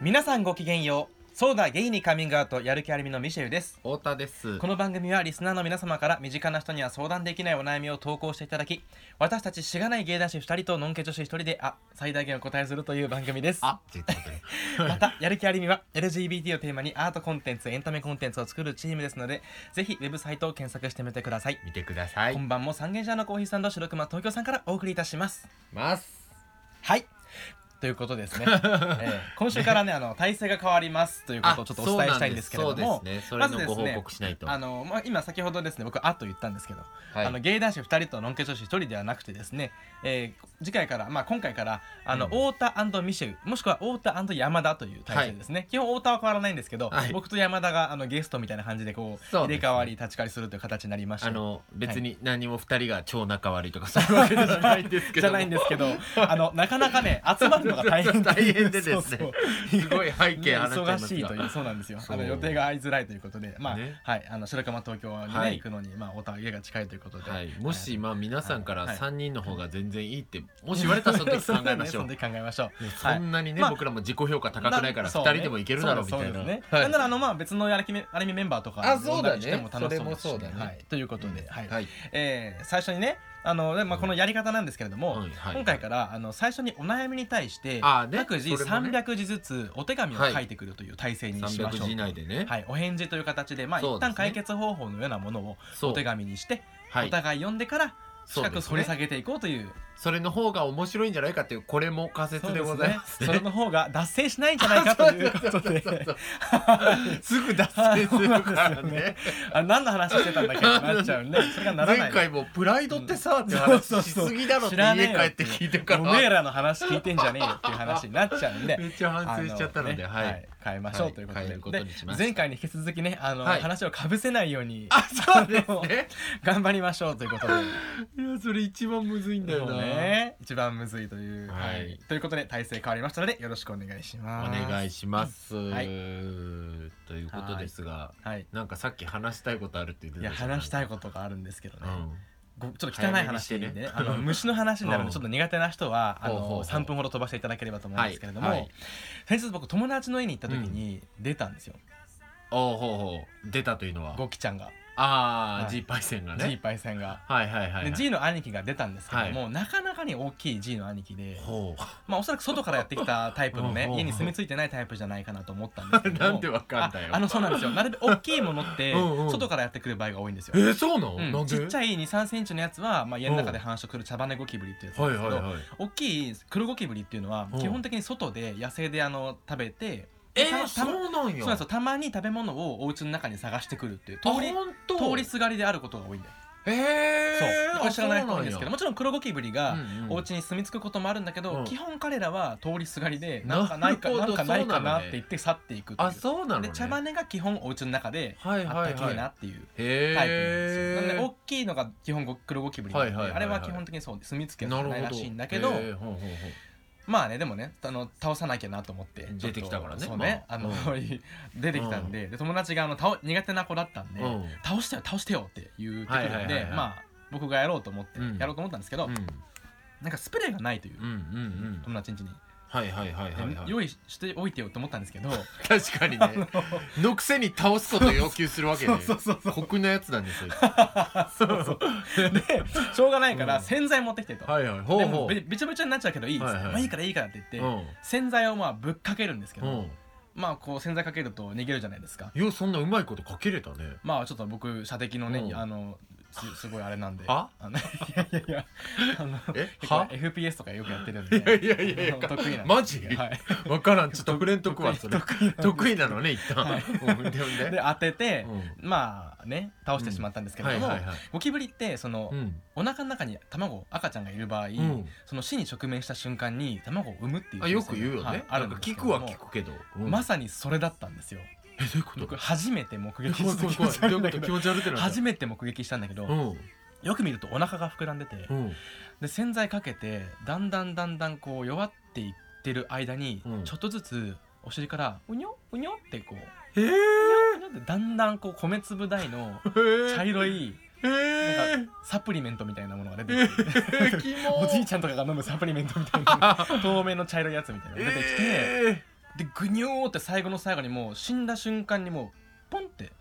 皆さんごきげんようそうだゲイにカミングアウトやる気ありみのミシェルです太田ですこの番組はリスナーの皆様から身近な人には相談できないお悩みを投稿していただき私たちしがない芸男子2人とのんけ女子1人であ最大限お答えするという番組ですあって言ってたまたやる気ありみは LGBT をテーマにアートコンテンツエンタメコンテンツを作るチームですのでぜひウェブサイトを検索してみてください、見てください今晩も三軒茶屋のコーヒーさんと白熊東京さんからお送りいたします ますはいというこ とですね、えー 今週からねあの体制が変わりますということをちょっとお伝えしたいんですけれどもそうなんですそうですまずねそれでのすごね報告しないと、あの、まあ、今先ほどですね僕「あ」と言ったんですけど、はいあの芸男子2人とノンケ女子1人ではなくてですね、えー次回から、まあ、今回からあの、うん太田ミシェルもしくは太田山田という体制ですね、基本太田は変わらないんですけど、はい僕と山田があのゲストみたいな感じでこうそう入ですねれ替わり立ち替わりするという形になりましたあの別に何も二人が超仲悪いとかそういうわけじゃないんですけじどゃないんですけ どあのなかなかね集まるのが大変大変でですねそうそうすごい背景話しちゃいま忙すがしいというそうなんですよあそうの予定が合いづらいということでまあ、ねはいあの白熊東京にね、はい行くのにまあお互い家が近いということで、はい、もしまあ皆さんかはいら三人の方が全然いいってもし言われたらその時考えましょう その時考えましょうねはいそんなにね、まあ僕らも自己評価高くないから二人でもいけるだろうみたいな、そうですねはいなんならあのまあ別のやる気めアニメメンバーとかあそうだね呼んだりしても楽しそうですしそれもそうだねはいということで、はいはいえー最初にねあのでまあこのやり方なんですけれども、はいはい今回からあの最初にお悩みに対してあーね各自それもね300字ずつお手紙を書いてくるという体制にしま300しょう字以。内でね、はい、お返事という形で、まあ、そう一ですね旦解決方法のようなものをそうお手紙にして、はいお互い読んでからそう近ですねく掘り下げていこうというそれの方が面白いんじゃないかっていうこれも仮説でございますねそうですねそれの方が脱線しないんじゃないかということですぐ脱線するからそ うですねね あ何の話してたんだっけってなっちゃうんでそれがならな前い回もプライドってさって話しすぎだろって家帰って聞いてかおめえららの話聞いてんじゃねえよっていう話になっちゃうんでめっちゃ反省しちゃったのであはい変えましょうということで,、はい変えることにしました前回に引き続きねあの、はい話をかぶせないようにあそうです あのね頑張りましょうということ で。いやそれ一番むずいんだよもうな、ね一番むずいという、はいということで体制変わりましたのでよろしくお願いしおます願いしします、はいということですがはいなんかさっき話したいことあるって言っていたやじゃん話したいことがあるんですけどね、うんごちょっと汚い話で、早ねめにしてねあ の虫の話になるのうんちょっと苦手な人は、あのほうほうほう3分ほど飛ばしていただければと思うんですけれども、はいはい先日僕友達の家に行った時に出たんですよ、おうほうほう出たというのはゴキちゃんがあはあい G パイセンが G ねパイセンが。はいはいはいはでい G の兄貴が出たんですけども、なかなかに大きい G の兄貴 で、ほまあ、おそらく外からやってきたタイプのうねんうんうん家に住み着いてないタイプじゃないかなと思ったんですけうど もなんでわかんだよああのそうなん ですよなるべく大きいものってうんうん外からやってくる場合が多いんですよえ、ーそうなの、うんなんでちっちゃい2 3センチのやつは、まあ、家の中で繁殖する茶羽ゴキブリっていうやつなんはいですけはど、いはい大きい黒ゴキブリっていうのはうん基本的に外で野生であの食べてえたまー、たまそうなんそやうなんですよたまに食べ物をお家の中に探してくるっていうあ通りほんと通りすがりであることが多いんだよ、えー、そうこれ知らない人多いんですけどももちろん黒ゴキブリがお家に住み着くこともあるんだけど、うん基本彼らは通りすがりでなんかなないるかほどなんかないかそうなのなっねて言って去っていくっていうあそうなの、ね、で茶羽が基本お家の中ではいあはっいたけえなはっていういタイへプなんですよ、なのでー大きいのが基本ご黒ゴキブリなんで、はいはいはいはいあれは基本的にそう住み着けなはるほないどらしいんだけどへーほうほうほうまあねでもねあの倒さなきゃなと思って出てきたからねそうね、まああの、うん 出てきたんでで友達があの倒苦手な子だったんで、うん倒してよ倒してよって言ってくるんで、はいはいはいはいまあ僕がやろうと思って、うんやろうと思ったんですけど、うんなんかスプレーがないという、うんうんうん友達ん家に、はいはいはいはいはい用意しておいてよと思ったんですけど確かにねのくせに倒すことを要求するわけで そうそうそう酷なやつなんですよ そうそうでしょうがないから洗剤持ってきてと、はいはいほうでもほうべべちゃべちゃになっちゃうけどいい、はいはいまあいいからいいからって言って、ううん洗剤をまあぶっかけるんですけうど、んまあこう洗剤かけると逃げるじゃないですかようそんなうまいことかけれたねまあちょっと僕射的のね、うんあのすすごいあれなんではあのいやいやいやあのえ結構は FPS とかよくやってるんいでやいやいやいやあの得意なんでマジはいわからんちょっと触れんとくわそれ得意なんで得意なのね一は旦いうんでもねで当てて、うまあね倒してしまったんですけんれはどいも、はいはいゴキブリってその、うんお腹の中に卵赤ちゃんがいる場合、うんその死に直面した瞬間に卵を産むっていうあよく言うよはねいあなるんんかですけ聞どくもは聞くけどうんまさにそれだったんですよえどういうこと僕初めて目え撃怖い怖い怖いしたどういんうこだとけ気ど持ち悪ってなった初めて目撃したんだけど、うんよく見るとお腹が膨らんでて、うんで洗剤かけてだんだんだんだんこう弱っていってる間に、うんちょっとずつお尻からうにょうにょってこうえーうにょってだんだんこう米粒大のえー茶色いえーなんかサプリメントみたいなものが出てきて、えーキモ おじいちゃんとかが飲むサプリメントみたいな透明の茶色いやつみたいなのが出てきて、えーでグニョーって最後の最後にもう死んだ瞬間にもうポンって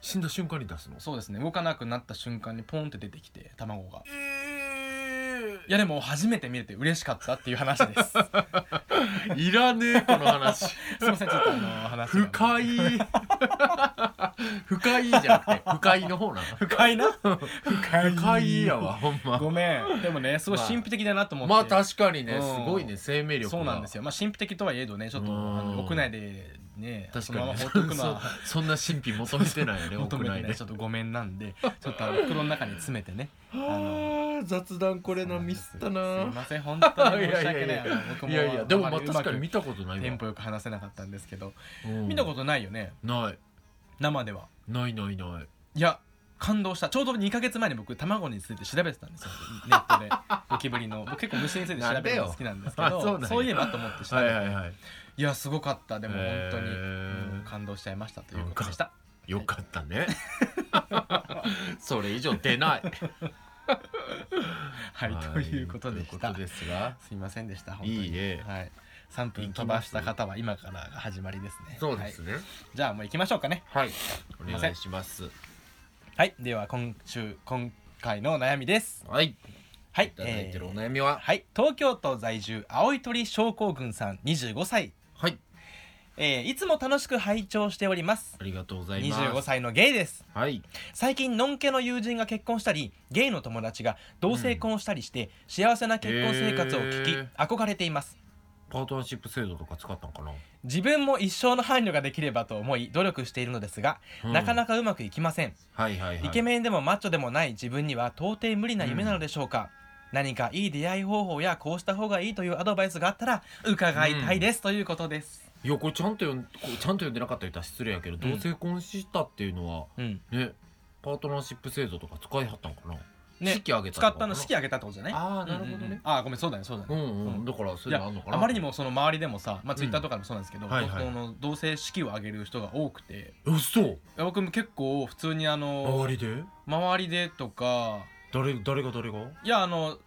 死んだ瞬間に出すのそうですね動かなくなった瞬間にポンって出てきて卵がえーいやでも初めて見れて嬉しかったっていう 話ですすいいらねえこの 話ませんちょっとあの話が深い深いじゃなくて深いの方な深いな深深いやわほんまごめんでもねすごいまあ神秘的だなと思って、まあ確かにねうんすごいね生命力がそうなんですよまあ神秘的とはいえどねちょっとうんあの屋内でね確そかのにまねま放っておくのは そそんな神秘求めてないよね 求屋めて内ないでちょっとごめんなんでちょ っとあの袋の中に詰めてねはあ雑談これのミスったすいなません本当に申し い訳やいなやいいやあの僕もいやいやでもまああんりう確かにく見たことないテンわポよく話せなかったんですけどうん見たことないよねない生ではないないないいや感動したちょうど2か月前に僕卵について調べてた んですよネットでゴキブリの僕結構虫について調べるの好きなんですけなんでよどあそ そうなんうやいえばと思って調べはて、いいはいはいやすごかったでも本当に、へーうん感動しちゃいましたということでしたよかったね それ以上出 ないはい、ということでしということたですがすいませんでした本当にいいえはい、3分飛ばした方は今からが始まりですねそうですはい、ねじゃあもう行きましょうかねはいお願いしますはいでは今週今回のお悩みですはいはいいただいてるおえー悩みははい東京都在住青い鳥症候群さん25歳はいえーいつも楽しく拝聴しておりますありがとうござい25ます歳のゲイですはい最近ノンケの友人が結婚したりゲイの友達が同性婚をしたりして、幸せな結婚生活を聞き、へー憧れていますパートナーシップ制度とか使ったんかな自分も一生の伴侶ができればと思い努力しているのですが、うんなかなかうまくいきません、はいはいはいイケメンでもマッチョでもない自分には到底無理な夢なのでしょうか、何かいい出会い方法やこうした方がいいというアドバイスがあったら伺いたいです、ということですいやこれちゃんと読んこれちゃんと読んでなかったら言ったら失礼やけど、ん同性婚したっていうのはうんねパートナーシップ制度とか使いはったんかな、ね式挙げた使ったのかな式あげたってことじゃないあーなるほどねうんうんうんああごめんそうだねそうだね、うんうん、うんだからそういいうやのあんのかなあまりにもその周りでもさ、まあ、ツイッターとかでもそうなんですけど、うんはいはいその同性式を挙げる人が多くていうそや僕も結構普通にあの周りで周りでとか誰誰が誰がいやあの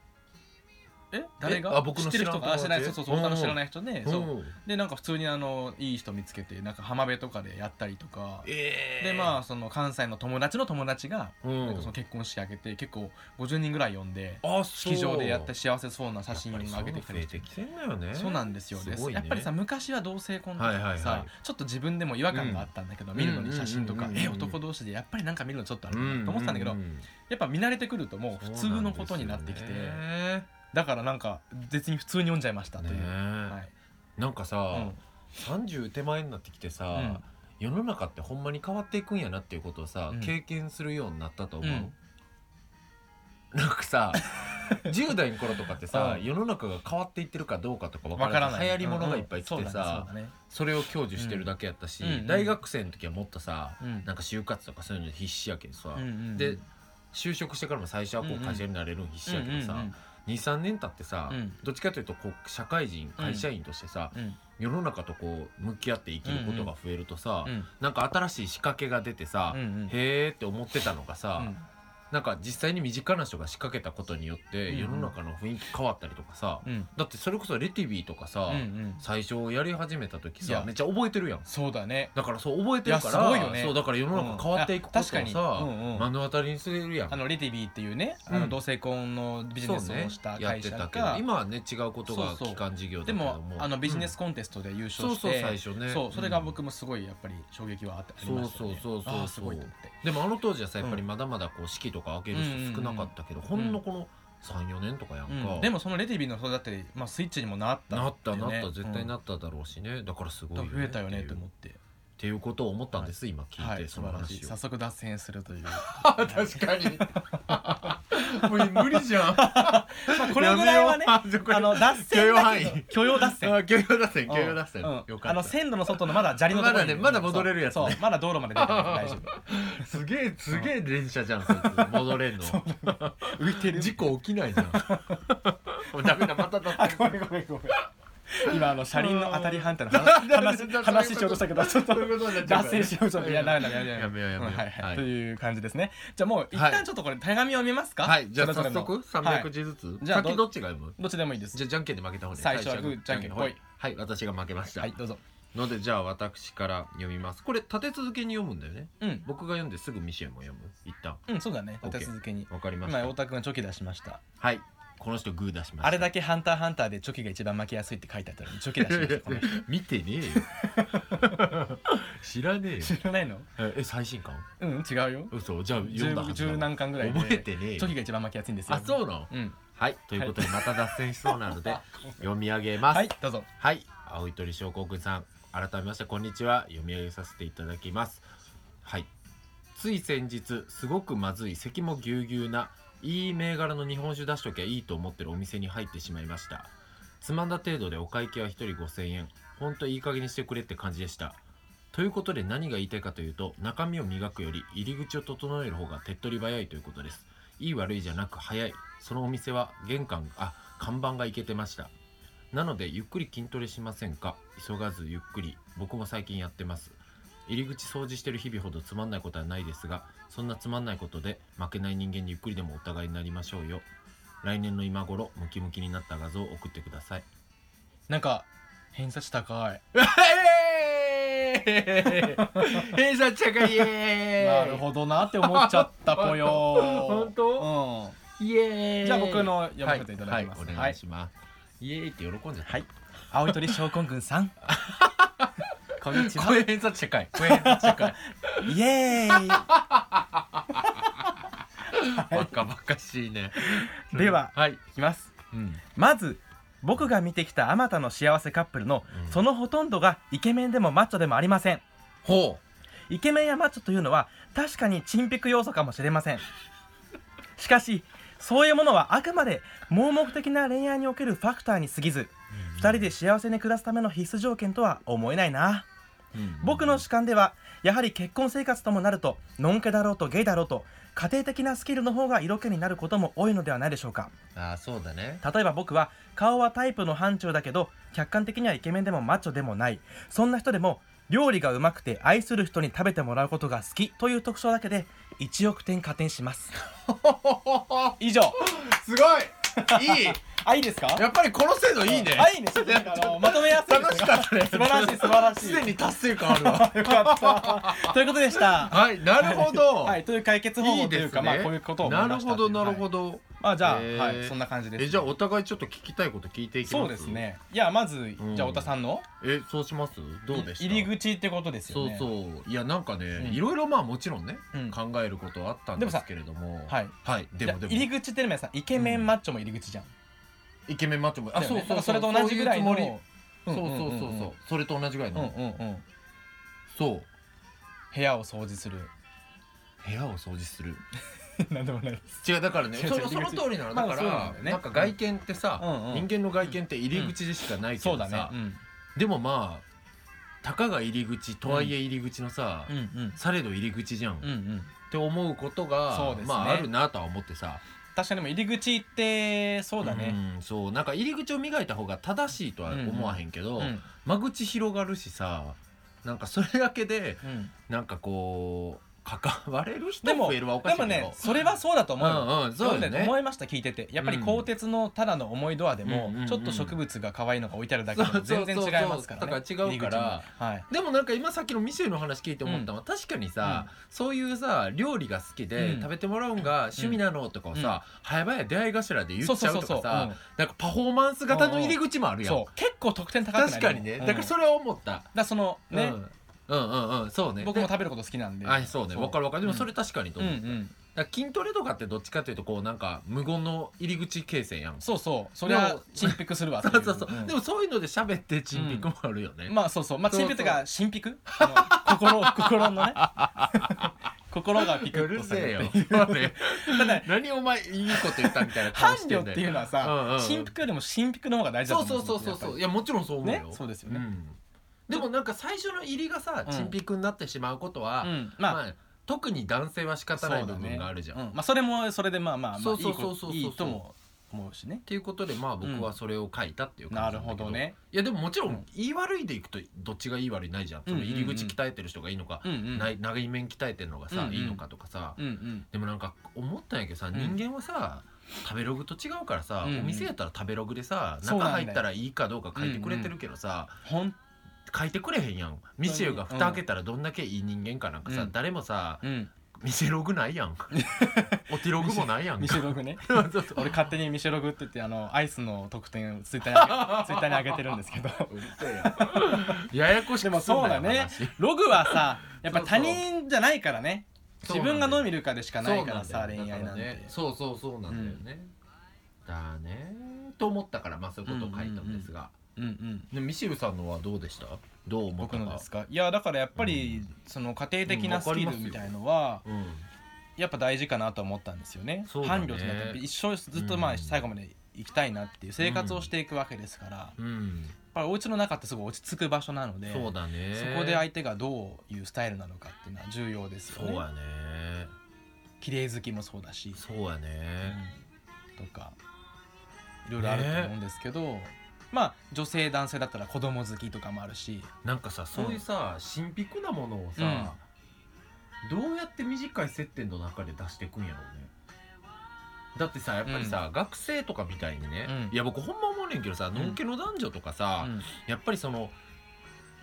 え誰があ僕の知ってる人があ知知ららなないい友達そうそうそう他の知らない人ね、そうんでなんか普通にあのいい人見つけてなんか浜辺とかでやったりとかええでまあその関西の友達の友達があ、うん、なんかその結婚式あげて結構50人ぐらい呼んであ式場でやってて幸せそうな写真を上げてく増えれててきてんだよねそうなんですよねすごいねやっぱりさ昔は同性婚とかさ、はいはいはいちょっと自分でも違和感があったんだけど、うん見るのに写真とか、うんうんうんうんえ男同士でやっぱりなんか見るのちょっとあうれだなと思ってたんだけど、うやっぱ見慣れてくるともう普通のことになってきて、そうなんですよねだからなんか別に普通に読んじゃいましたという、ねえはいなんかうさ、ん30手前になってきてさ、うん世の中ってほんまに変わっていくんやなっていうことをさ、うん経験するようになったと思う、うんなんか さ10代の頃とかってさ、うん世の中が変わっていってるかどうかとか分わかかららなないい流行りものがいっぱい来うんてうんさ、そうだねそれを享受してるだけやったし、うんうん大学生の時はもっとさ、そうだねなんか就活とかそういうの必死やけどさ、うんうんうんで就職してからも最初はこうんううん会社になれるの必死やけどさ、うんうん23年経ってさ、うんどっちかというとこう社会人会社員としてさ、うん世の中とこう向き合って生きることが増えるとさ、うんなんか新しい仕掛けが出てさ、うんうんへーって思ってたのがさ、うんなんか実際に身近な人が仕掛けたことによってうんうん世の中の雰囲気変わったりとかさ、うんだってそれこそレティビーとかさ、うんうん最初やり始めた時いやさめっちゃ覚えてるやんそうだねだからそう覚えてるからいやすごいよねそうだから世の中変わっていくことをさ、うんいや確かにうんうん目の当たりにするやんあのレディビーっていうねあうのん同性婚のビジネスそうをしたやっ会て社たけが、ど今はね違うことそがうそう基幹事業だけでどももあのビジネスコンテストで優うんそう勝して、そう最初ねそうそれがうん僕もすごいやっぱり衝撃はあってありましたねそうそうそうそうそうあーすごいと思ってでもあの当時はさやっぱりうんまだまだこう式とか開ける人少なかったけど、ほんのこの34年とかやんか、うんでもそのレディビーの人だって、まあ、スイッチにもなったなったてなねった絶対なうんっただろうしね、だからすごいだから増えたよねってという思っってていうことを思ったんです、今聞いて、はいそ素の晴らし話いを 早速脱線するという確かに もう無理じゃんまあこれぐらいはねやめようあの脱許線容だ範け囲ど許容脱あ許容脱線 線許容脱線、うんよあかのった線路の外のまだ砂利のところにまだねまだ戻れるやつねそうそうまだ道路まで出てるから大丈すげえすげえ電車じ ゃんそいつ戻れんの夫浮いてる事故起きないじゃん もうダメだまただあごめんごめんごめん今あの車輪の当たり反対の話話話しようとしたけどちょっとそういうことになっちゃう脱線しようちょっといやダメだやめようやめよううんはいははいいという感じですねじゃあもう一は旦いちょっとこれ手紙を見ますかはいじゃあそ早れぞれの速はい300字ずつ、じゃあど先どっちが読むどっちでもいいですじゃあじゃんけんで負けた方ね最初はグーじゃんけんぽいはい私が負けました、はいどうぞのでじゃあ私から読みますこれ立て続けに読むんだよねうん僕が読んですぐミシェルも読む一旦うんそうだね OK 立て続けにわかりまし今た太田君がチョキ出しましたはいこの人グー出しましたあれだけけ「ハンターハンター」でチョキが一番負けやすいって書いてあったのにチョキ出しましたこの人見てねえよ知らねえよ知らないのええ最新刊うん違うよ嘘じゃあ読んだは十ずだわ十何巻ぐらいで覚えてねえチョキよが一番負けやすいんですよあそうなのうんはいということでまた脱線しそうなので読み上げますはいどうぞはい、青い鳥症候群さん、改めましてこんにちは。読み上げさせていただきます。はい。つい先日、すごくまずい、咳もぎゅうぎゅうな、いい銘柄の日本酒出しときゃいいと思ってるお店に入ってしまいました。つまんだ程度でお会計は1人5000円。ほんといい加減にしてくれって感じでした。ということで何が言いたいかというと、中身を磨くより入り口を整える方が手っ取り早いということです。いい悪いじゃなく早い。そのお店は玄関、あ、看板がいけてました。なのでゆっくり筋トレしませんか急がずゆっくり僕も最近やってます入り口掃除してる日々ほどつまんないことはないですがそんなつまんないことで負けない人間にゆっくりでもお互いになりましょうよ来年の今頃ムキムキになった画像を送ってくださいなんか偏差値高い偏差値高いイエなるほどなって思っちゃったぽよ 本当うんイエじゃあ僕の読ませていただきます、はいはいお願いします、イエーイって喜んじゃった、はい青い鳥症候群さん こんにちは声偏差値高い声偏差値高いイエーバカバカしいね。 でははい。イいきますうん。まず僕が見てきたあまたの幸せカップルのうんそのほとんどがイケメンでもマッチョでもありませんほイケメンやマッチョというのは確かにチンピク要素かもしれませんしかしそういうものはあくまで盲目的な恋愛におけるファクターに過ぎずう。 2人で幸せに暮らすための必須条件とは思えないな僕の主観ではやはり結婚生活ともなるとノンケだろうとゲイだろうと家庭的なスキルの方が色気になることも多いのではないでしょうかああそうだね。例えば僕は顔はタイプの範疇だけど客観的にはイケメンでもマッチョでもないそんな人でも料理がうまくて愛する人に食べてもらうことが好きという特徴だけで1億点加点します以上 すごい。いい。あいいですかやっぱりこの制度いいね。あいいね ちょっとなんかあのまとめやすいで楽しすねかったね。素晴らしい素晴らしいすでに達成感あるわ。 よかったということでした はい。なるほど。 はい、という解決方い法いといでうすかね。まあこういうことを思いな出るしたほといどうなるはほいど。まあじゃあ、えーはい、そんな感じですえじゃあお互いちょっと聞きたいこと聞いていきます。そうです。ねいやまず、んじゃあ太田さんのえそうします。どうでした。い入り口ってことですよそうねうそういやなんかね、んいろいろまあもちろんね、うん考えることはあったんですけれどもはいはいでもでも入り口ってのはさイケメンマッチョも入り口じゃん、イケメンマッチョもあだよそうねそううだからそれと同じぐらいのそううつもりそうそうそううんそうそれと同じぐらいうんのうんうんそう部屋を掃除する 部屋を掃除するなんでもないです違うだからね 違う違うその入そりの口通りなのまあだかそうならんだよねなんか外見ってうんさう人ん間の外見って入り口でしかないけそうどだねさうんでもまあたかが入り口とはいえ入り口のさうんうんされど入り口じゃんうんうっんて思うことそうがですねまああるなとは思ってさ確かにでも入り口ってそうだね、うんそうなんか入り口を磨いた方が正しいとは思わへんけうどんうん間口広がるしさなんかそれだけでなんかこう関われる人でも増えでるはおかしいけもどねそれはそうだと思うよ、うんうんそうだよね思いました聞いててやっぱりうん鋼鉄のただの重いドアでも、うんうんうんちょっと植物が可愛いのが置いてあるだけでそもうそうそ全う然違いますからねだから違うから入り口もはいでもなんか今さっきのミシェルの話聞いて思ったのは、確かにさ、そういうさ料理が好きで、うん食べてもらうんが趣味なのとかをさ、早々出会い頭で言っちゃうとかさそうそうそうそううんなんかパフォーマンス型の入り口もあるやん、そう結構得点高くない確かにね、うんだからそれは思った、だからそのね、うん、うんうんうんそうね僕も食べること好きなんであそうねわかるわかるでもそれ確かにとうんう思う、んだから筋トレとかってどっちかというとこうなんか無言の入り口形成やんそうそうそりゃチンピクするわそうそうそう、んでもそういうので喋ってチンピクもあるよね、まあそうそうまあそうそチうンピクとか神ピクあの心 心のね心がピクうッるとさせえれよる。ただ 何お前いいこと言ったみたいな伴顔して侶んっだよ。ていうのはうんうんうんさ神ピクよりも神ピクの方が大事だとそう思そううそうそうやっぱそう。いりやもちろんそう思うよ。ねそうですよねんでもなんか最初の入りがさ、うんチンピクになってしまうことは、うんまあ、まあ特に男性は仕方そうないだ部分があるじゃん。ねうんまあそれもそれでまあまあまあそうそうそうそうそういいこといいとも思うしねっていうことでまあ僕はそれを書いたっていうな感じるなんだほけど、どねいやでももちろうんん言い悪いでいくとどっちが言い悪いないじゃん、うんうんうんその入り口鍛えてる人がいいのか、うんうんない内面鍛えてるのがさ、うんうんいいのかとかさ、うんうんでもなんか思ったんやけどさ、ん人間はさ食べログと違うからさ、うんうんお店やったら食べログでさそう中なんだよ入ったらいいかどうか書いてくれてるけどさ、ほん書いてくれへんやんミシェルが蓋開けたらどんだけいい人間かなんかさ、うん誰もさうんミシェログない やんおティログもないやんミかシェログねそうそうそう俺勝手にミシェログって言ってあのアイスの特典をツイッターに あげツイッターに上げてるんですけどうるせえ やややこしくすんなよでもそうだね話ログはさやっぱそう他そう人じゃないからねそう自なんだよ分がどう見るかでしかないからそうさんだよ恋愛なんだからてねそうそうそうなんだよね、だねと思ったからまあそういうことを書いたんですが、うんうんでミシェルさんのはどうでしたどう思ったか僕のですかいやだからやっぱり、その家庭的なスキルみたいのは、うんやっぱ大事かなと思ったんですよねそうだね伴侶となって一生ずっとまうあん最後まで生きたいなっていう生活をしていくわけですから、やっうん、ぱりお家の中ってすごい落ち着く場所なのでそうだねそこで相手がどういうスタイルなのかっていうのは重要ですそようねやね綺麗好きもそうだし、そうやねうんとかいろいろあると思うんですけど、まあ女性男性だったら子供好きとかもあるしなんかさそういうさ、神秘的なものをさ、どうやって短い接点の中で出していくんやろうねだってさやっぱりさ、学生とかみたいにね、うんいや僕ほんま思うねんけどさ、んのんけの男女とかさ、うんやっぱりその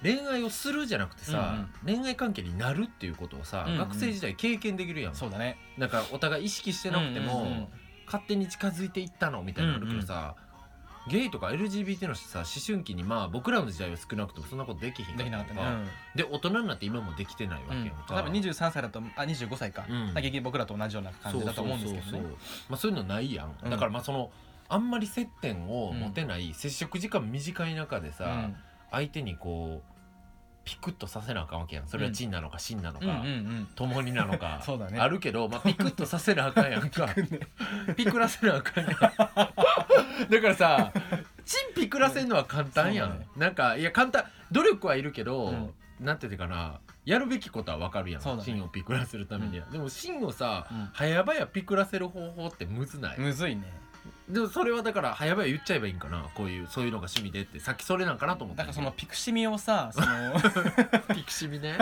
恋愛をするじゃなくてさ、恋愛関係になるっていうことをさ、うんうん学生時代経験できるやんそうだねなんかお互い意識してなくても、うんうんうん勝手に近づいていったのみたいなのあるけどさ、ゲイとか LGBT の人さ思春期にまあ僕らの時代は少なくともそんなことできひんできなかったね、らうんで大人になって今もできてないわけうやんんか、、多分23歳だとあ25歳か,、うんだから結局僕らと同じような感じだと思うんですけどそうそうねそうまあそういうのないやん、うんだからまあそのあんまり接点を持てない、接触時間短い中でうさ、ん相手にこうピクッとさせなあかんわけやんそれはチンなのか真なのか、うんうん共になのか そうだねあるけど、まあ、ピクッとさせなあかんやん かピクらせなあかんやんだからさチンピクらせんのは簡単やん、うんそうだねなんかいや簡単努力はいるけど、うんなんていうかなやるべきことはわかるやん、そうだね芯をピクらせるためには、でも芯をさ、うん早々ピクらせる方法ってむずない、むずいねでもそれはだから早々言っちゃえばいいんかなこういうそういうのが趣味でってさっきそれなんかなと思っただからそのピクシミをさ そのピクシミね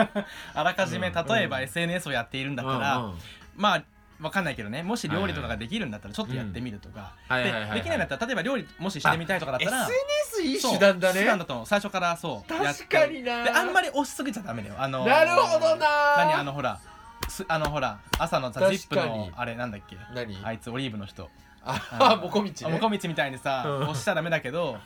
あらかじめうん例えば SNS をやっている んだったら、うんうんまあわかんないけどねもし料理とかができるんだったらちょっとやってみるとか、はいはいはいはでできないんだったら例えば料理もししてみたいとかだったら SNS いいそう手段だね手段だと思う最初からそうやって確かになであんまり押しすぎちゃダメだよあのなるほどな何あのほらすあのほら朝のさ確かジにップのあれなんだっけ何あいつオリーブの人あ あのボコミチあねもこみちみたいにさうん押しちゃダメだけ ど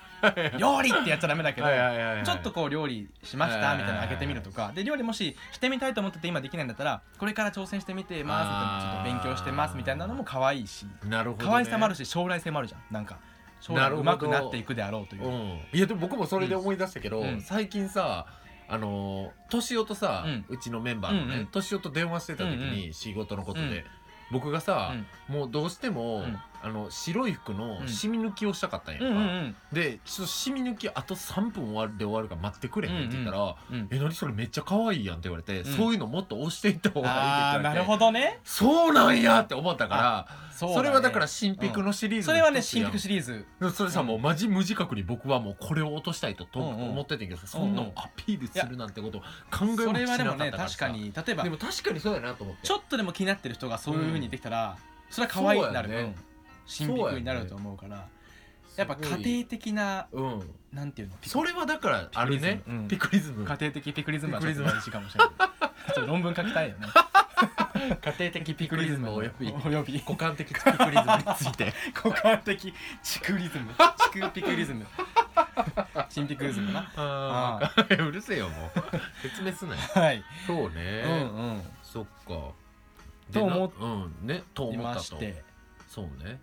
料理ってやっちゃダメだけどはいはいはいはいちょっとこう料理しましはたいはいみはいたいなのあげてみるとかで料理もししてみたいと思ってて今できないんだったらこれから挑戦してみてますみあーたいなちょっと勉強してますみたいなのも可愛いしなるほど、ね、可愛さもあるし将来性もあるじゃんなんか将な来るほうどまくなっていくであろうというう。んいやでも僕もそれで思い出したけど、うん最近さあの年夫とさ、うんうちのメンバーのうんうねん年夫、と電話してた時うんに仕事のことで、うん僕がうさ、んもうどうしても、うんあの白い服うのん染み抜きをしたかったんやんうか、んうんでちょっと染み抜きあと3分終わるで終わるから待ってくれへんって言ったら「うんえ何それめっちゃ可愛いやん」って言われて、うんそういうのもっと押していった方がいいっああて言なわれるてほどねそうなんやって思ったからそそ,、うれはだからね新ピクのシリーズそのれはね一つや新ん宿シリーズでもそれさ、うんもうマジ無自覚に僕はもうこれを落としたいととうんうん思っててんけどさそんなのうんうんアピールするなんてこと考えもしそれなかっはでもたかねら確さかに例えばでも確かにそうやなと思ってちょっとでも気になってる人がそういうふうにできたら、それは可愛いになるそうや分ね新美になると思うからやっぱ家庭的な庭うんなんていうのピクそれはだからあるねうんピクリズム家庭的ピクリズム はちょっとピク大事かもしれないちょっと論文書きたいよね 家庭的ピクリズムおよびおよび股間的ピクリズムについ て股間的チクリズムチクピクリズム新ピクリズムなあーうるせえよもう説明すなよはい、そうねうんうんそっかと思っでなうんねとい思っまたしとてそうね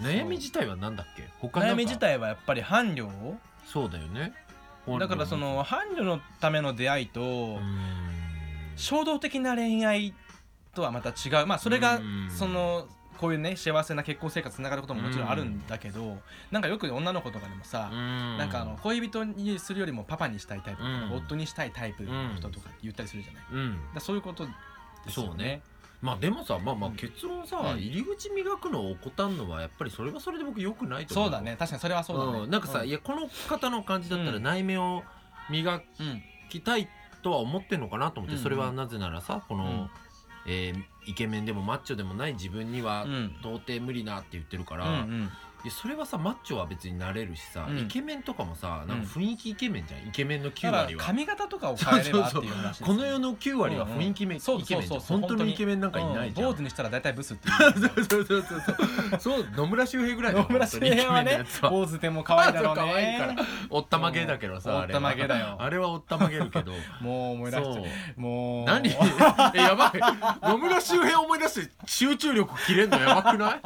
悩み自体はなんだっけ他なんか悩み自体はやっぱり伴侶をそうだよねだからその伴侶のための出会いと、うん衝動的な恋愛とはまた違うまあそれがうんそのこういうね幸せな結婚生活つながることももちろんあるんだけどなんかよく女の子とかでもさななんかあの恋人にするよりもパパにしたいタイプとかうん夫にしたいタイプの人とかって言ったりするじゃないだかうん、らそういうことですよそうねねまあでもさまあまあうん結論さ、うん入り口磨くのを怠るのはやっぱりそれはそれで僕良くないと思そううだね確かにそれはそうだねん、なんかさ、ういやこの方の感じだったらうん内面を磨うんきたいとは思ってんのかなと思って、うんそれはなぜならさこの、うんえーイケメンでもマッチョでもない自分にはうん到底無理なって言ってるかうら、いんやそれはさマッチョは別になれるしさ、うんイケメンとかもさなんうんか雰囲気イケメンじゃんイケメンのだ9から割は。髪型とかを変えればってそういそうう話ですよこの世の9割は雰囲気うめ、んそうイケメンじそゃうんそうそう本当のイケメンなんかいないじゃん、うん坊主にしたら大体ブスってい そううそうそうそうそう野村周平ぐらいだよ野村周平本当にイケメはねンのやつは坊主でも可愛いだろ うそう可愛いかねらおったまげだけどうんさあれおったまげだよはあれはおったまげるけどもう思い出しそうてもう何 えやばい野村周平思い出して集中力切れんのやばくな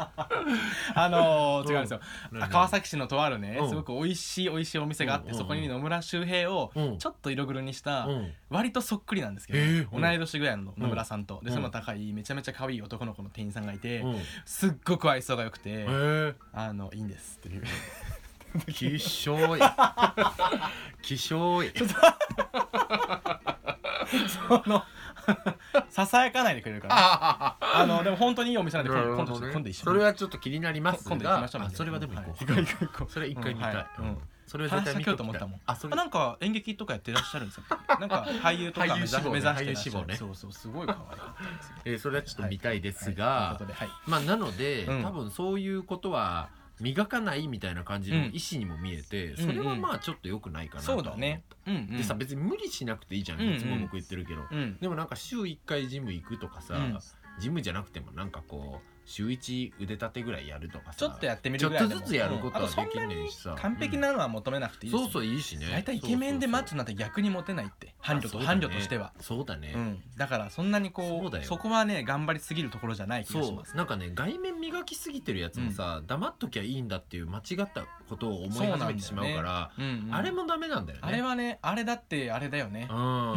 あのー違うんですようんあ川崎市のとあるねうんすごく美味しい美味しいお店があっうんてうんうそんこに野村周平をうんちょっと色黒にしい、たうん、割とそっくりなんですけど、へえうん同い年ぐらいの野村さんと、でうん背の高いめちゃめちゃ可愛い男の子の店員さんがいて、うんへすっごく愛想が良くて、えあのいいんですっていう 希少い希少い その ささやかないでくれるからあああのでも本当にいいお店なんで今なる度今ほ度どね今度一緒そにれはちょっと気になりますが今度行きましょうみたいあなそれはでも行こう、はい行こう行こうそれ一回見たい、うんはいうんそれは絶対見とき話しかけようと思ったもんあそれあなんか演劇とかやってらっしゃるんですよなんか俳優とか俳目指,、優志望ね目指してらっしゃ俳優志望る、ねそうそうすごい可愛かったですよえーそれはちょっと見たいですが、はいということではいまあなので、うん多分そういうことは磨かないみたいな感じのうん意思にも見えて、うんそれはまあちょっと良くないかなとそ思っうただねうんうんでさ別に無理しなくていいじゃん、うんうんいつも僕言ってるけど、うんでもなんか週1回ジム行くとかさ、うんジムじゃなくてもなんかこう週1腕立てぐらいやるとかさちょっとやってみるぐらいでもちょっとずつやることはうんあそんなできにんねんしさ完璧なのは求めなくていいですよそうそういいしね大体イケメンでマッチョョなんて逆にモテないって伴侶と伴侶としてはそうだね、うんだからそんなにこそうだうよそこはね頑張りすぎるところじゃない気がしそますうなんかね外面磨きすぎてるやつもさ、黙っときゃいいんだっていう間違ったことを思い始めてしまうからうんうんあれもダメなんだよねあれはねあれだってあれだよねうん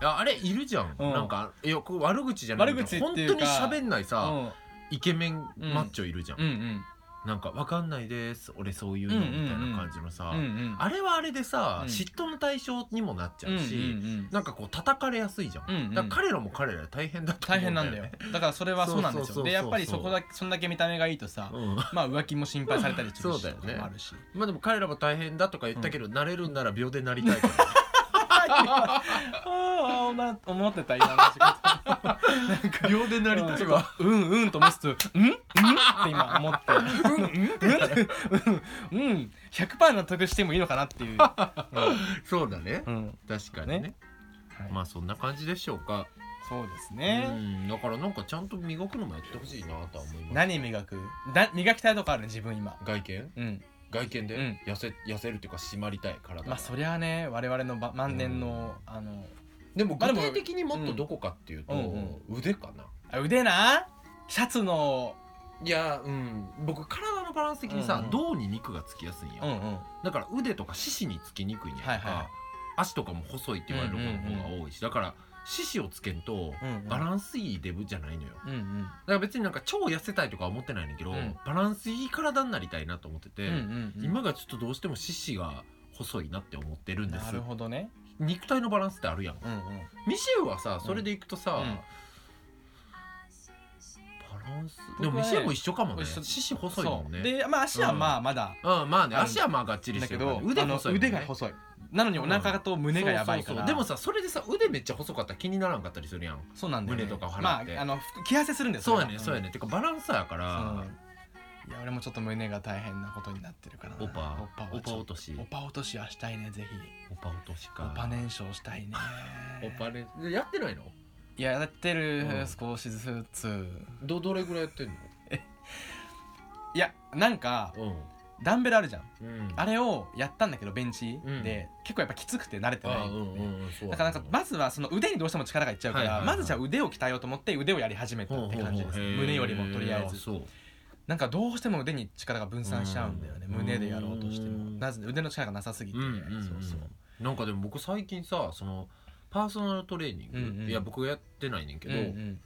いやあれいるじゃん、うんなんかいやこれ悪口じゃない悪口って本い当うにか喋んないうさ、んイケメンマッチョいるじゃん、うんなんかわかんないです俺そういうのうんみうんうんたいな感じのさ、うんうんうんあれはあれでさ、うん嫉妬の対象にもなっちゃうんううんし、うんなんかこう叩かれやすいじゃん、うんうんだから彼らも彼らで大変だと大思う変んなだんよだねよだからそれはそうなんですそうそうそうそようでやっぱりそこだけそんだけ見た目がいいとさうんまあ浮気も心配されたりするそしうだよねとかもあるしまあでも彼らも大変だとか言ったけど、なれるんなら秒でなりたいからああ思ってた今の仕 事 秒でなりたいわうんうんと思ってたうんうんって今思ってうんうんうんうん100%納得してもいいのかなっていう、そうだね、うんうん確かにねねはいまあそんな感じでしょうか、そうですうねんだからなんかちゃんと磨くのもやってほしいなとは思います何磨くだ磨きたいとこある自分今外見うん外見でうん痩せ,、痩せるっていうか締まりたい体が、まあそりゃあね我々のば万年の、あのでもまあ具でも体的にもっとどこかっていうと、うん腕かなあ腕なシャツのいやうん僕体のバランス的にうんさ、うん胴に肉がつきやすいんよ、うんうんだから腕とか四肢につきにくいんやとか、はいはい足とかも細いって言われる子の方が多いし、だから四肢をつけんとうんうんバランスいいデブじゃないのよだうんうんから別になんか超痩せたいとかは思ってないんだけど、うんバランスいい体になりたいなと思ってて、うんうんうん今がちょっとどうしても四肢が細いなって思ってるんですなるほどね肉体のバランスってあるやんうんうんミシェウはさそれでいくとさ、うんバランス僕ではねもミシェウも一緒かもね一緒四肢細いもんそうねでまあ足はまあまだ、うんまあねあの足はまあがっちりしだてけるからどね腕あの細いもんね腕が細いなのにお腹と胸がやばいそうそから、うそうでもさそれでさ腕めっちゃ細かったら気にならんかったりするやんそうなんだよ、ね、胸とか払ってまああの気痩せするんですそうやねそうやねてかバランスやからいや俺もちょっと胸が大変なことになってるからなオパオパオパ落ととしオパ落としはしたいねぜひオパ落としオかパ燃焼し たいねオパねでやってないのいややってる、うん少しずつどどれぐらいやってんのいやなんかダンベルあるじゃんうんうんあれをやったんだけどベンチうんで、結構やっぱきつくて慣れてなあい、うんうんうんそうだからなんかまずはその腕にどうしても力がいっちゃうから、はいはいはいまずじゃあ腕を鍛えようと思って腕をやり始めたって感じでほす、うほうほう胸よりもとりあえへずそうなんかどうしても腕に力が分散しちゃうんだよね、うん胸でやろうとしてうもんなぜ腕の力がなさすぎて、うんうんうんそうそうなんかでも僕最近さそのパーソナルトレーニング、うんうんいや僕やってないねんけど、うんうん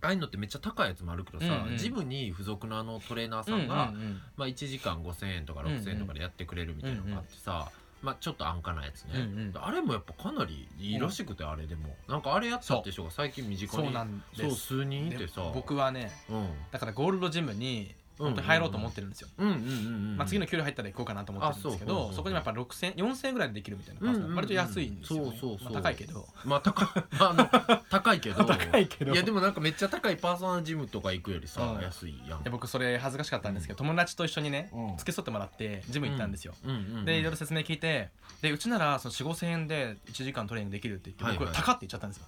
ああいうのってめっちゃ高いやつもあるけどさ、うんうんジムに付属のあのトレーナーさんが、うんうんうんまあ、1時間5,000円とか6,000円とかでやってくれるみたいなのがあってさ、まあ、ちょっと安価なやつね、うんうんあれもやっぱかなりいいらしくて、あれでもなんかあれやったって人が最近身近にそうなんですそう数人いてさで僕はねうん、だからゴールドジムに本当に入ろうと思ってるんですよ、うんうんうんうんまあ、次の給料入ったら行こうかなと思ってるんですけあそうそうどそうそこでもやっぱ6000 4000円ぐらいでできるみたいなパーソナうルんうんうん割と安いんですよ、ねそうそうそうまあ、高いけどまあ高い、まあ、あ の高いけど高いけどやでもなんかめっちゃ高いパーソナルジムとか行くよりさ、うん安いやんで僕それ恥ずかしかったんですけど、友達と一緒にねうん付き添ってもらってジム行ったんですよ、うんうんうんでいろいろ説明聞いてでうちならその4 5千円で1時間トレーニングできるって言って、はいはい僕高って言っちゃったんですよ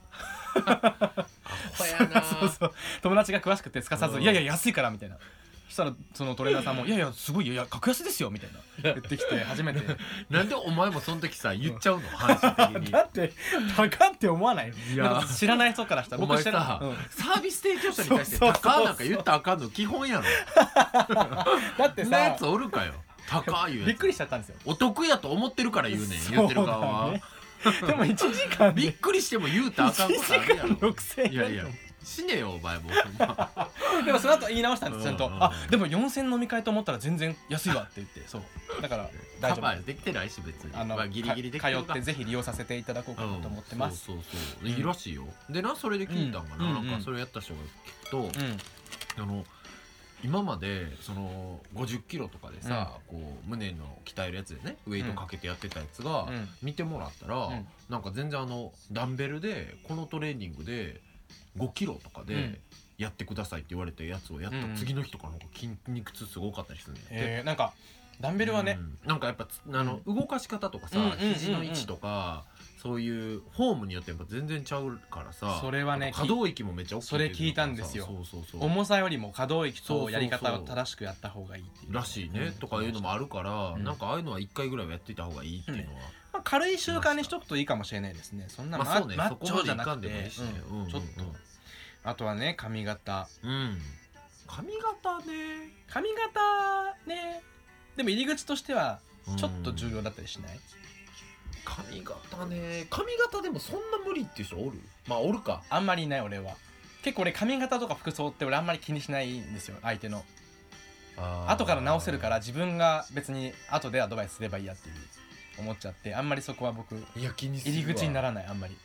ほやなそうそう友達が詳しくてすかさず「うんいやいや安いから」みたいなそしたらそのトレーナーさんも「いやいやすごいよいや格安ですよ」みたいな言ってき て初めて なんでお前もその時さ言っち ゃうの反射的にだって高って思わないいやなんか知らない人からしたらお前僕知らさない、うんサービス提供者に対してそうそうそう高なんか言ったらあかんの基本やろだってそんなやさつおるかよ高い言うびやっつくりしちゃったんですよお得やと思ってるから言うねん言ってる側は、そう だねでも1時間びっでくりしても言うたらあかんことあるやろ1時間6000円いやいや死ねよお前もうほんまでもその後言い直したんですちゃんとうんうんあでも4000飲み会と思ったら全然安いわって言ってそうだから大カ丈夫バーできてないし別にあの、まあ、ギリギリできかてる通かってぜひ利用させていただこうかなと思ってます、うん、そうそうそういいらしいよでなそれで聞いたんかな、うんうんうんなんかそれやった人が聞くとう、んあの今までその50キロとかでさ、こう胸の鍛えるやつでねウェイトかけてやってたやつが、うん見てもらったら、んなんか全然あのダンベルでこのトレーニングで5キロとかうでんやってくださいって言われたやつをやったうんうん次の日とかなんか筋肉痛すごかったりするね、でえー、なんかダンベルはね、うんなんかやっぱつあの、動かし方とかさ、うんうんうんうん肘の位置とかそういうフォームによってやっぱ全然ちゃうからさそれはねやっぱ可動域もめっちゃ大きいってうからさそれ聞いたんですよそうそうそう重さよりも可動域そうそうそとうやり方を正しくやった方がいいっていうらしいね、んとかいうのもあるから、うんなんかああいうのは1回ぐらいはやっていた方がいいっていうのは、まあ、軽い習慣にしとくといいかもしれないですねそんなマ,、まあそうねマそッこチまョでじゃいなかんでくてもいいしねうんうんうんちょっとあとはね髪型うん髪型ね髪型ねでも入り口としてはちょっと重うん要だったりしない、髪型ね髪型でもそんな無理っていう人おるまあおるかあんまりいない俺は結構俺髪型とか服装って俺あんまり気にしないんですよ相手の後から直せるから自分が別に後でアドバイスすればいいやっていう思っちゃってあんまりそこは僕いや気にするわ入り口にならないあんまり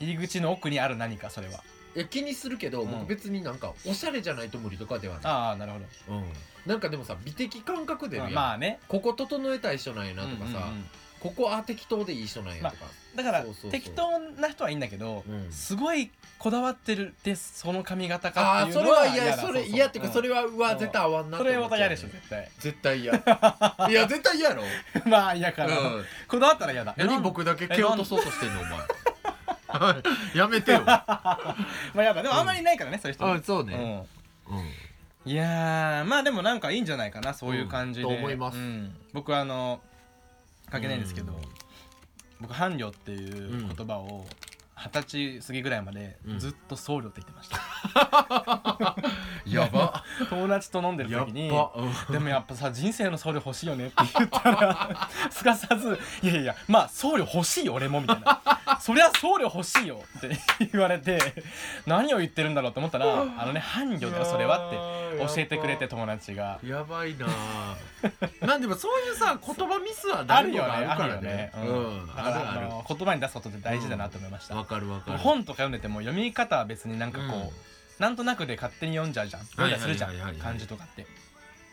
入り口の奥にある何かそれはいや気にするけど、うん僕別になんかおしゃれじゃないと無理とかではないああなるほどうん、なんかでもさ美的感覚でるやまあん、まあねここ整えたい人なんやなとかさ、うんうんうんここあ適当でいい人なんやとか、だからそうそうそう適当な人はいいんだけどうんすごいこだわってるってその髪型あかっあていそうれのはは嫌嫌だそれ嫌っていうかそれれはうわそう絶対合わんなそれはまたた嫌でしょ絶対絶対 嫌いや絶対嫌やろ、まあ嫌かなうん、こだわったら嫌だえな何ん僕だけ蹴落とそうとしてんのお前 はいやめてよまあ嫌だでもあんまりいないからねそういう人あそううねんうん、いやーまあでもなんかいいんじゃないかなそういう感じで、うんと思いますん僕はあの関係ないんですけど、うん僕伴侶っていう言葉を二十歳過ぎぐらいまでうんずっと僧侶って言ってました、 やば友達と飲んでるやっ時にば、うんでもやっぱさ人生の僧侶欲しいよねって言ったら すかさず「いやいやいやまあ僧侶欲しいよ俺も」みたいな「そりゃ僧侶欲しいよ」って言われて何を言ってるんだろうと思ったら「あのね伴侶だよそれは」って教えてくれて友達が。やばいなぁなんでもそういうさ言葉ミスは誰もがあるからねあるよねううんんだかあるらああの言葉に出すことって大事だなと思いましるた、わかるわかる本とか読んでても読み方は別になんかこう、うんなんとなくで勝手に読んじゃうじゃん読んだりするじゃはいはいはいんはい漢字とかって、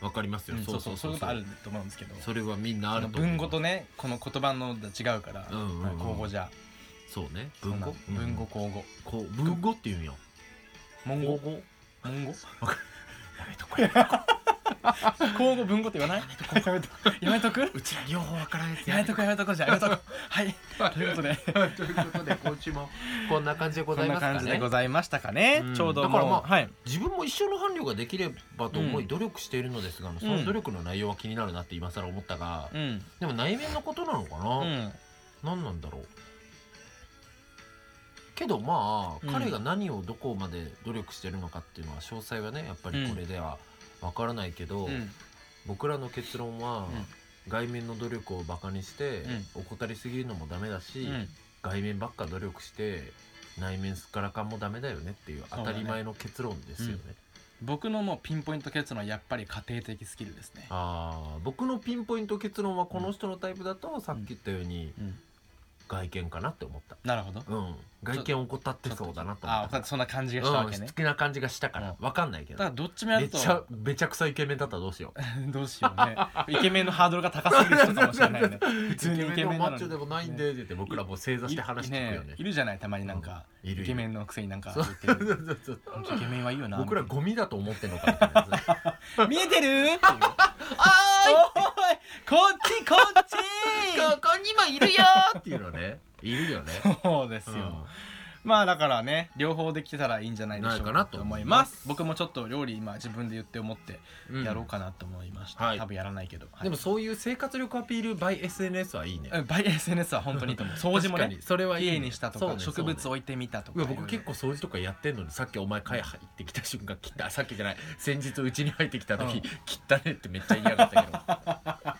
わかりますようんそうそうそういうことあると思うんですけどそれはみんなああるのと思う文語とねこの言葉の違うから、うんうんうん口語じゃそうねそ文んな語文語口語こう文語って言うんよ文口語語文語やめとこや 口語文語って言わないやめとく やめとくうちら両方わからんやつやめとくやめとくじゃあやめとくはいということではいということで今週もこんな感じでごこざいんまなすか感じでねございましたかね、うんちょうどもうだからまあはい自分も一生の伴侶ができればと思ういん努力しているのですが、その努力の内容は気になるなって今更思ったが、うんでも内面のことなのかうな、ん何なんだろうけどまあ、うん彼が何をどこまで努力してるのかっていうのは詳細はねやっぱりこれではわからないけど、うん僕らの結論は、外面の努力をバカにして、怠りすぎるのもダメだし、うん外面ばっか努力して内面すっからかんもダメだよねっていう当たり前の結論ですよね。僕のもうピンポイント結論はやっぱり家庭的スキルですね、ああ僕のピンポイント結論はこの人のタイプだとさっき言ったように、うん外見かなって思ったなるほどうん外見怠ってそうだなとあ思わっかたったそんな感じがしたうわんけね、好きな感じがしたからわかんないけだかどらどっちもやめるとちゃめちゃくちゃイケメンだったらどうしよう どうしようねイケメンのハードルが高すぎる人かもしれないね普通 にイケメンなのにマッチョでもないんでって僕らもう正座して話聞くよねねいるじゃないたまになんか、うんいるイケメンのくせになんかそう言ってそるうそうそう ほんとイケメンはいいよな僕らゴミだと思ってんのかみたいなやつね見えて るっていうあおいこっち こっちーい ここにもいるよーっていうのねいるよねそうですよ、まあだからね両方できてたらいいんじゃないでしょうないかかなとと思思いいまます僕もちょっと料理今自分で言って思ってんやろうかなと思いました、はい多分やらないけど、はいでもそういう生活力アピール by SNS はいいねうんバイ SNS は本当にいい と思う掃除も確かねにそれはい綺いね麗にしたとそか、うね植物そうね置いてみたといかや僕結構掃除とかやってんのにさっきお前会入ってきた瞬間切ったあ さっきじゃない先日うちに入ってきたうん時切ったねってめっちゃ言いやがったけど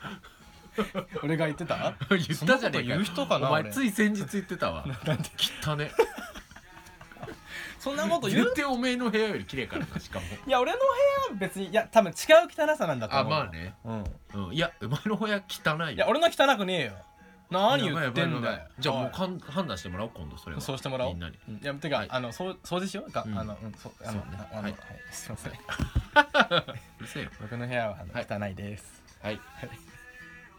俺が言って た言ったじゃねえかよ そんなこと言う人かなお前俺つい先日言って たわなんて切った ねそんなこと言う絶対おめえの部屋より綺麗からなし かもいや俺の部屋は別にいや多分違う汚さなんだとあ思うまあね、うんうん、いやお前の部屋汚いよいや俺の汚くねえよ何言ってんやばいやばいやだばよいじゃあもうおいかん判断してもらおう今度それはそうしてもらおうみんなにうんいやてか、はいあのそう掃除しようか、うんあのうんそうあのそうねああのははいい、すいませんうるせえよ僕の部屋はあのはい汚いです、はい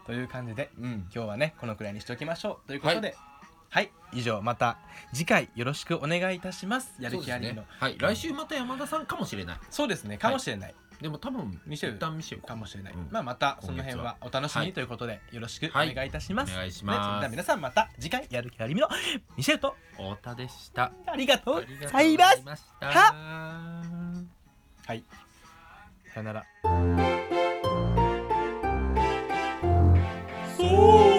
という感じでうん今日はねこのくらいにしておきましょうということではい、以上また次回よろしくお願いいたしますやる気ありそうのですねはい、来週また山田さんかもしれないそうですねかもしれない、でも多分見せる一旦見せるかもしれない、うんまあまたその辺今月ははお楽しはみいということでよろしくおはい願いいたします、お願いしねそれまですは皆さんまた次回やる気ありみのミシェルと太田でしたありがとあうりごがとうござざいいますましはいさよならたそう